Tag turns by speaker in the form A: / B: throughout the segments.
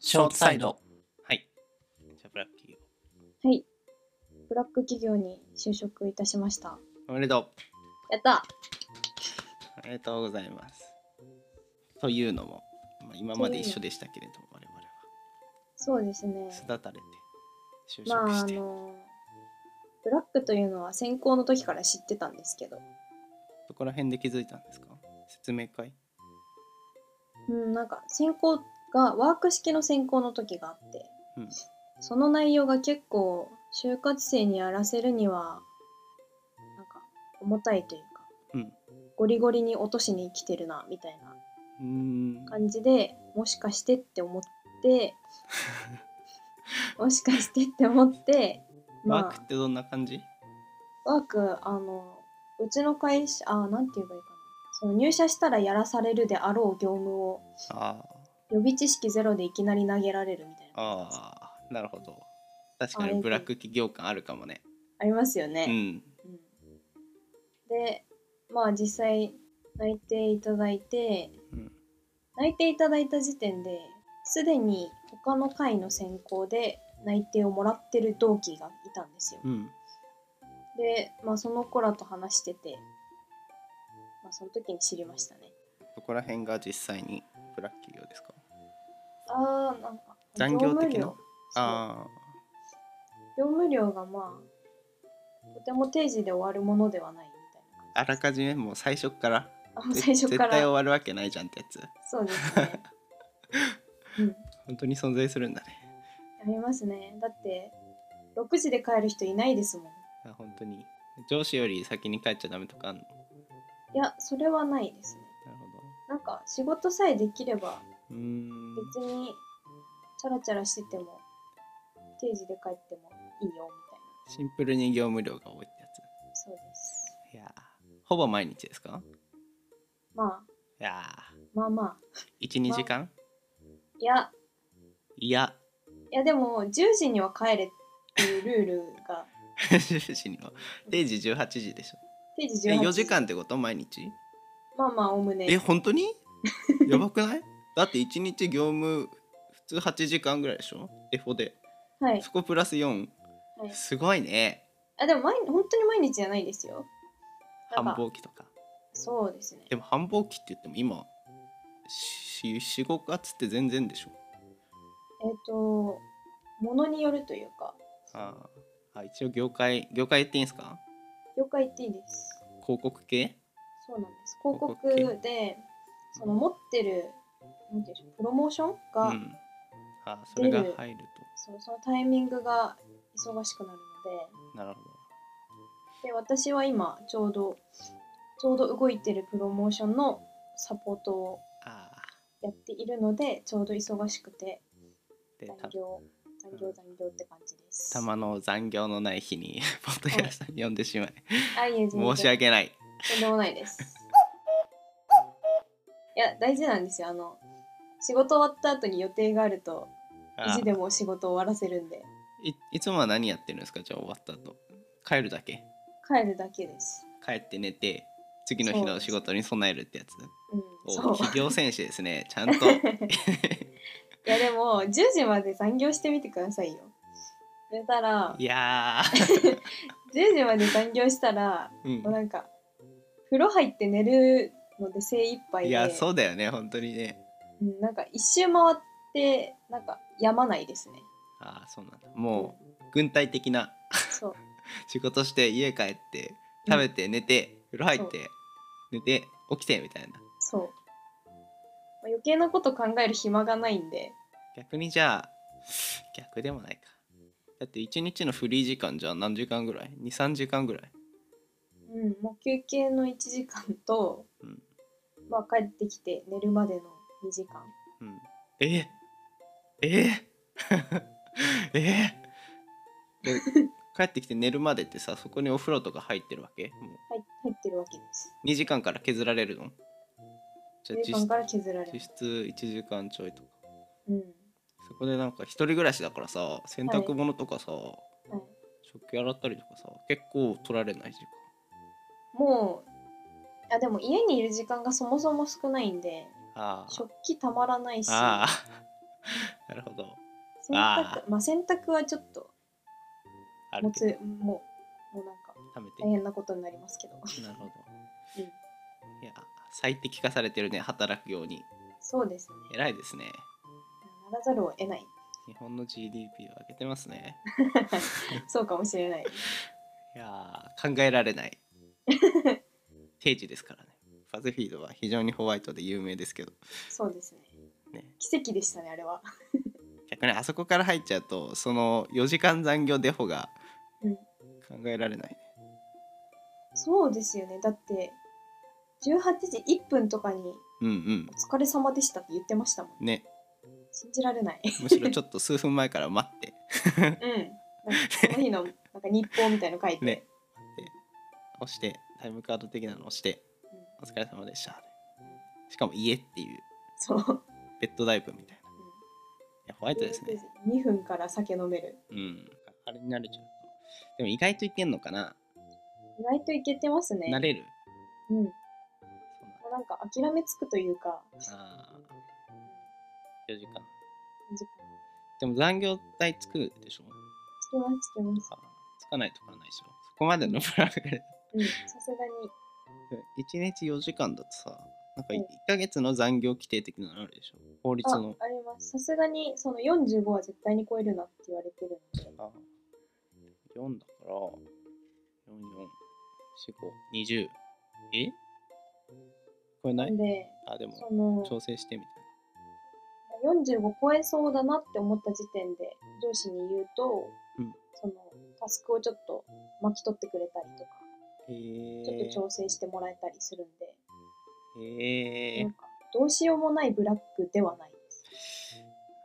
A: ショートサイド。
B: はい。じゃあ、ブラッキー。
C: はい。ブラック企業に就職いたしました。
B: おめでとう。
C: やった
B: ありがとうございます。というのも、まあ、今まで一緒でしたけれども、我々は
C: そうですね。
B: 育たれて、就
C: ま
B: 職
C: あ、
B: し
C: あ
B: て。
C: の、ブラックというのは専攻の時から知ってたんですけど、
B: どこら辺で気づいたんですか説明会
C: うん、なんか専攻がワーク式の専攻の時があって、
B: うん
C: その内容が結構就活生にやらせるにはなんか重たいというか
B: うん。
C: ゴリゴリに落としに生きてるなみたいな
B: うーん。
C: 感じでもしかしてって思って もしかしてって思って
B: ワー
C: ま
B: クってどんな感じ
C: あワークあのうちの会社あなんて言えばいいかなその入社したらやらされるであろう業務を
B: あ
C: 予備知識ゼロでいきなり投げられるみたい
B: あ。
C: な
B: ああ。なるほど。確かにブラック企業感あるかもね。
C: ありますよ
B: う
C: ね、
B: ん。
C: うんでまあ実際内定いただいて
B: うん。
C: 内定いただいた時点ですでに他の会の選考で内定をもらってる同期がいたんですよ
B: うん。
C: で、まあ、その子らと話してて、まあ、その時に知りましたね
B: どこら辺が実際にブラック企業ですか
C: ああなんか
B: 残業的な
C: 業務量
B: あ
C: 業務量がまあとても定時で終わるものではないみたいな
B: あ。あらかじめもう最初っから。
C: あもう最初
B: 絶
C: か
B: 対終
C: ら
B: わるわけないじゃんってやつ。
C: そうですねうん
B: 本当に存在するんだね。
C: ありますねだって6時で帰る人いないですもん
B: あ本当に。上司より先に帰っちゃダメとかあんのない
C: やそれはないですね
B: る
C: なんか仕事さえできれば
B: ほど。うーん。
C: 別にチャラチャラしてても定時で帰ってもいいよみたい
B: シンプルに業務量が多いってやつ。
C: なそうです
B: いやーほぼ毎日ですか
C: まあ
B: いや
C: まあまあ
B: 12
C: まあ
B: 時間
C: いや
B: いや
C: いやでも10時には帰れっていうルール が
B: 10時には定時18時でしょ
C: 定時
B: え
C: 18
B: 4時間ってこと毎日
C: まあまあおおむね
B: え本当にやばくない だって1日業務普通8時間ぐらいでしょエフォで
C: はい
B: そこプラス4
C: はい
B: すごいね
C: あでも毎本当に毎日じゃないですよな
B: 繁
C: んか
B: 忙期とか
C: そうですね
B: でも繁忙期って言っても今45月って全然でしょ
C: えっ、とものによるというか
B: あーあ一応業界業界言っていいんですか
C: 業界っていいです
B: 広告系
C: そうなんです
B: 広
C: 広
B: 告
C: 告でその持ってるなんていうんでしょうプロモーション
B: う
C: が、
B: んあーそれが
C: 出る
B: 入る
C: そうそのタイミングが忙しくなるの
B: となるほど
C: でで私は今ちょうどちょうど動いてるプロモーションのサポートを
B: ああ
C: やっているのでちょうど忙しくて
B: で
C: 残
B: た
C: 業残業残業って感じです。
B: たまの残業のない日に ポッドキャストに呼んでしまい
C: あいえ全然
B: 申し訳ない
C: とんでもないです。いや大事なんですよあの仕事終わった後に予定があると意
B: あ
C: 地でも仕事終わらせるんで
B: いいつもは何やってるんですかじゃあ終わった後帰るだけ
C: 帰るだけです。
B: 帰って寝て次の日
C: そう
B: の
C: です
B: 仕事に備えるってやつ
C: うん、そ
B: お
C: う
B: 企業戦士ですねちゃん と
C: いやでも10時まで残業してみてくださいよ。寝たら
B: いや
C: 10時まで残業したら
B: ー、
C: もう
B: う
C: なんか風呂入って寝るので精一
B: ん、
C: 杯で
B: いやそうだよね本当にね
C: うん、なんか一周回ってなんかやまないですね。
B: ああそうなんだもう軍隊的な
C: そう
B: 仕事して家帰って食べて寝て風呂入って寝て起きてみたいな
C: そう、まあ余計なこと考える暇がないんで
B: 逆にじゃあ逆でもないかだって1日のフリー時間じゃあ何時間ぐらい23時間ぐらい
C: うん、もう休憩の1時間と、
B: うん
C: まあ、帰ってきて寝るまでの2時間
B: うんええ ええで帰ってきて寝るまでってさそこにお風呂とか入ってるわけも
C: 入入ってるわけです。
B: う2時間から削られるのじゃあ
C: 時間から削られ
B: 実
C: る
B: 質。実質1時間ちょいとか
C: うん
B: そこでなんか一人暮らしだからさ洗濯物とかさ、
C: はい、
B: 食器洗ったりとかさ結構取られない時間
C: もうあでも家にいる時間がそもそも少ないんで
B: ああ
C: 食器たまらないし
B: ああ なるほど。
C: 洗濯
B: あ
C: まあ洗濯はちょっと
B: あ
C: も
B: る
C: う
B: けど
C: つもうもうなんか
B: 貯めて
C: 大変なことになりますけど
B: なるほど。
C: うん
B: いや、最適化されてるね、働くように。
C: そうですね
B: 偉いですね。
C: ならざるを得ない
B: 日本の GDP を上げてますね。
C: そうかもしれない
B: いやー、考えられ ない。定時ですからね。ファズフィードは非常にホワイトで有名ですけど。
C: そうですね
B: ね
C: 奇跡でしたねあれは
B: 逆にあそこから入っちゃうと、その4時間残業デフォが
C: うん
B: 考えられない。
C: そうですよねだって18時1分とかに
B: うん
C: 「お疲れ様でした」って言ってましたもん
B: うん。ね、
C: 信じられない
B: むしろちょっと数分前から待 って。
C: うんなんかその日のなんか日報みたいの書いて、
B: ね押してタイムカード的なのを押して
C: うん
B: 「お疲れ様でした」しかも「家」っていう
C: そう
B: ベッドダイブみたいないやホワイトですね
C: 2分から酒飲める
B: うんあれに慣れちゃうとでも意外といけんのかな、
C: 意外といけてますね
B: 慣れる
C: う
B: そう
C: んもうなんか諦めつくというか、
B: なんだあー4時間
C: 時間
B: でも残業代つくでしょ
C: つきますつきます。
B: あーつかないとかないでしょそこまでのプランが
C: うん、さすがに。
B: 1日4時間だとさなんか
C: うん
B: 1ヶ月の残業規定的なのあるでしょ法律
C: あ、
B: の
C: あります。さすがに、その45は絶対に超えるなって言われてるので、
B: あ4だから、4、4、4、5、20。えこれな
C: ないんで、
B: あ、でも、
C: その、
B: 調整してみたい
C: 45超えそうだなって思った時点で、上司に言うと、
B: うん
C: その、タスクをちょっと巻き取ってくれたりとか、
B: な。
C: ちょっと
B: へ
C: 調整してもらえたりするんで、
B: え。へえ
C: なん。か、どうしようもないブラックではないです。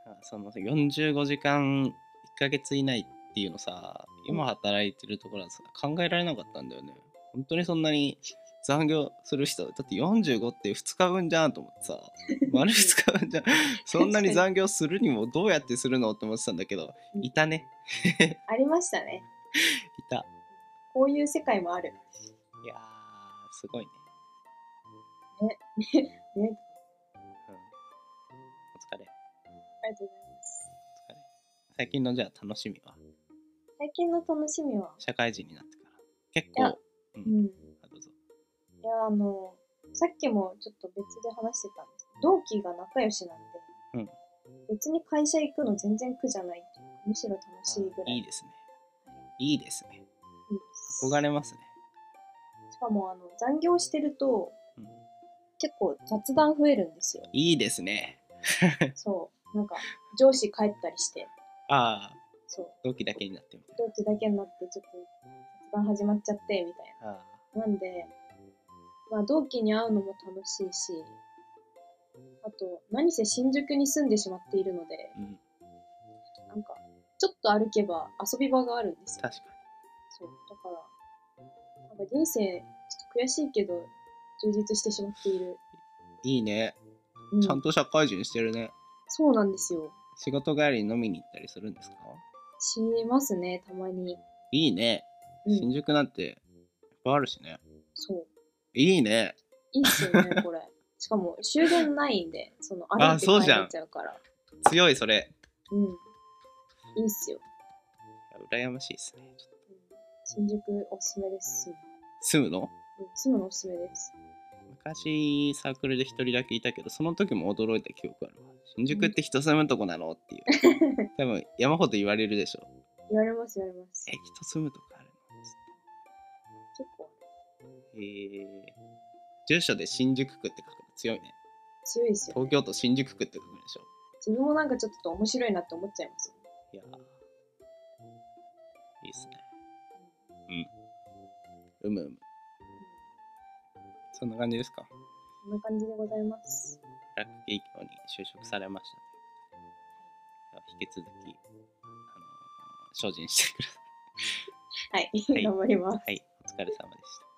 B: あその45時間1ヶ月以内っていうのさ、今働いてるところはさ考えられなかったんだよね。本当にそんなに残業する人、だって45って2日分じゃんと思 ってさ、丸2日分じゃん。そんなに残業するにもどうやってするのって思ってたんだけど、いたね。
C: ありましたね。
B: いた。
C: こういう世界もある。
B: いやー、すごいね。
C: ね、
B: うん、お疲れ、
C: ありがとうございます。
B: お疲れ。最近のじゃあ楽しみは、
C: 最近の楽しみは、
B: 社会人になってから。結
C: いや
B: 構、う、
C: うんん、い
B: あどうぞ。
C: やあのさっきもちょっと別で話してたんですけど同期が仲良しなんで、別に会社行くの全然苦じゃないっていうかむしろ楽しいぐ
B: あ
C: らい
B: いいですね。いいですね。
C: いいです
B: 憧れますね。
C: しかもあの残業してると
B: うん、
C: 結構雑談増えるんですよ
B: いいですね。
C: そうなんか上司帰ったりして
B: ああ、
C: そう
B: 同期だけになってみたい
C: 同期だけになってちょっと雑談始まっちゃってみたい
B: な。あ
C: ななんでまあ同期に会うのも楽しいしあと何せ新宿に住んでしまっているので、
B: あ、うん、
C: なんか、ちょっと歩けば遊び場があるんですよ。
B: 確かに。
C: そう。だから、なんか人生、ちょっと悔しいけど、充実してしまっている。
B: いいね。
C: う
B: ちゃんと社会人してるね。
C: そうなんですよ。
B: 仕事帰りに飲みに行ったりするんですか
C: しますね、たまに。
B: いいね。
C: う
B: 新
C: ん。
B: 宿なんて、いっぱいあるしね。
C: そう。
B: いいね。
C: いいっすよね、 これ。しかも、終電ないんで、その、歩いて
B: そう
C: 帰
B: じゃん
C: れちゃうから。
B: 強い、それ。
C: うん。いいっすよ。
B: いや羨ましいですね。ちょっと
C: うん新宿おすすめです。
B: 住むの
C: うん、住むのおすすめです。
B: 昔サークルで一人だけいたけどその時も驚いた記憶あるわ新宿って人住むとこなのっていう 多分山ほど言われるでしょ
C: 言われます、言われます
B: え。人住むとこある
C: 結構、
B: のへえ住所で新宿区って書くの強いね
C: 強いですよ。
B: 東京都新宿区って書くんでしょ
C: 自分もなんかちょっと面白いなって思っちゃいます。
B: いやーいいっすねうんうむうむそんな感じですか
C: こんな感じでございます。
B: ラック企業に就職されましたねでは引き続きあの精進してください
C: はい、
B: い
C: 頑張ります。
B: はい、お疲れ様でした。